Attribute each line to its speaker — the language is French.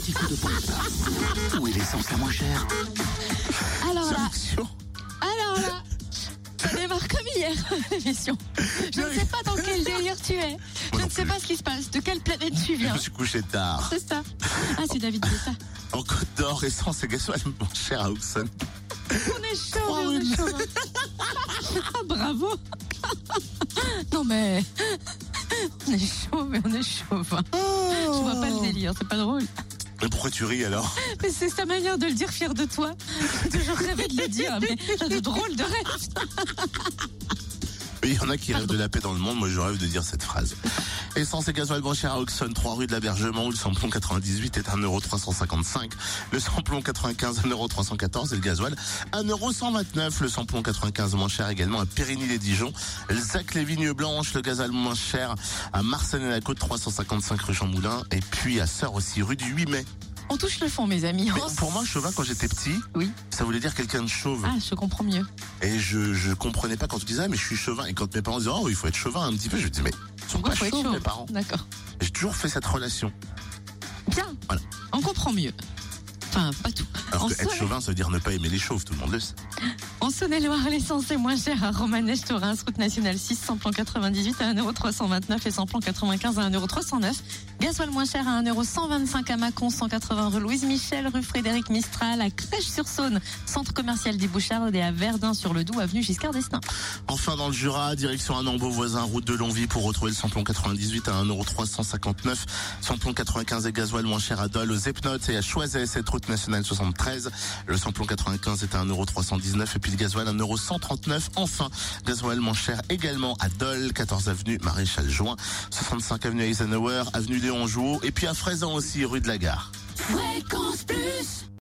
Speaker 1: petit coup de pompe. Où est l'essence la moins chère
Speaker 2: Alors là, alors là, ça démarre comme hier, l'émission. Je ne sais pas dans quel délire tu es. Je
Speaker 1: non
Speaker 2: ne sais
Speaker 1: plus.
Speaker 2: pas ce qui se passe, de quelle planète tu
Speaker 1: Je
Speaker 2: viens.
Speaker 1: me suis couché tard.
Speaker 2: C'est ça. Ah, c'est David c'est ça.
Speaker 1: En Côte d'Or, essence et gasoil moins cher à Auxonne.
Speaker 2: On est chaud, mais on est chaud. Ah, bravo. Non, mais. On est chaud, mais on est chaud. Enfin, je vois pas le délire, c'est pas drôle.
Speaker 1: Mais pourquoi tu ris alors
Speaker 2: Mais c'est sa manière de le dire fier de toi. J'ai toujours rêvé de le dire, mais t'as de drôles de rêve.
Speaker 1: Mais Il y en a qui rêvent de la paix dans le monde, moi je rêve de dire cette phrase. Essence et gasoil moins cher à Auxonne, 3 rue de l'Abergement où le samplon 98 est 1,355€, le samplon 95 1,314€ et le gasoil 1,129€. Le samplon 95 moins cher également à Périgny-les-Dijon, Zac les Vignes Blanches, le gasoil moins cher à Marseille-la-Côte 355 rue Jean-Moulin et puis à Sœur aussi rue du 8 mai.
Speaker 2: On touche le fond, mes amis.
Speaker 1: Mais
Speaker 2: Oh,
Speaker 1: pour moi, chauvin quand j'étais petit,
Speaker 2: Oui.
Speaker 1: ça voulait dire quelqu'un de chauve.
Speaker 2: Ah, je comprends mieux.
Speaker 1: Et je, je comprenais pas quand tu disais, ah, mais je suis chauvin. Et quand mes parents disaient, oh, il faut être chauvin un petit peu, je me disais, mais ils sont pas
Speaker 2: Faut être
Speaker 1: chauves,
Speaker 2: chaud.
Speaker 1: mes parents.
Speaker 2: D'accord.
Speaker 1: J'ai toujours fait cette relation.
Speaker 2: Bien.
Speaker 1: Voilà.
Speaker 2: On comprend mieux. Enfin, pas tout.
Speaker 1: Alors
Speaker 2: En
Speaker 1: que être
Speaker 2: Saône-
Speaker 1: chauvin, ça veut dire ne pas aimer les chauves, tout le monde le sait.
Speaker 2: En Saône-et-Loire, l'essence est moins chère à romanèche Torins, route nationale 6, samplon 98 à 1,329€ et samplon 95 à 1,309€. Gasoil moins cher à 1,125€ à Mâcon, 180 rue Louise Michel, rue Frédéric Mistral, à Crèche-sur-Saône, centre commercial des Bouchardes et à Verdun-sur-le-Doubs, avenue Giscard d'Estaing.
Speaker 1: Enfin, dans le Jura, direction un embout voisin, route de Longvie pour retrouver le samplon 98 à 1,359€. Samplon 95 et gasoil moins cher à Dole, aux Epnotes et à Choiset, cette route nationale 73. Le samplon 95 est à 1,319€ et puis le gasoil 1,139€. Enfin, gasoil moins cher également à Dole, 14 avenue Maréchal Juin, 65 avenue Eisenhower, avenue Léon Jouot et puis à Frézan aussi, rue de la Gare.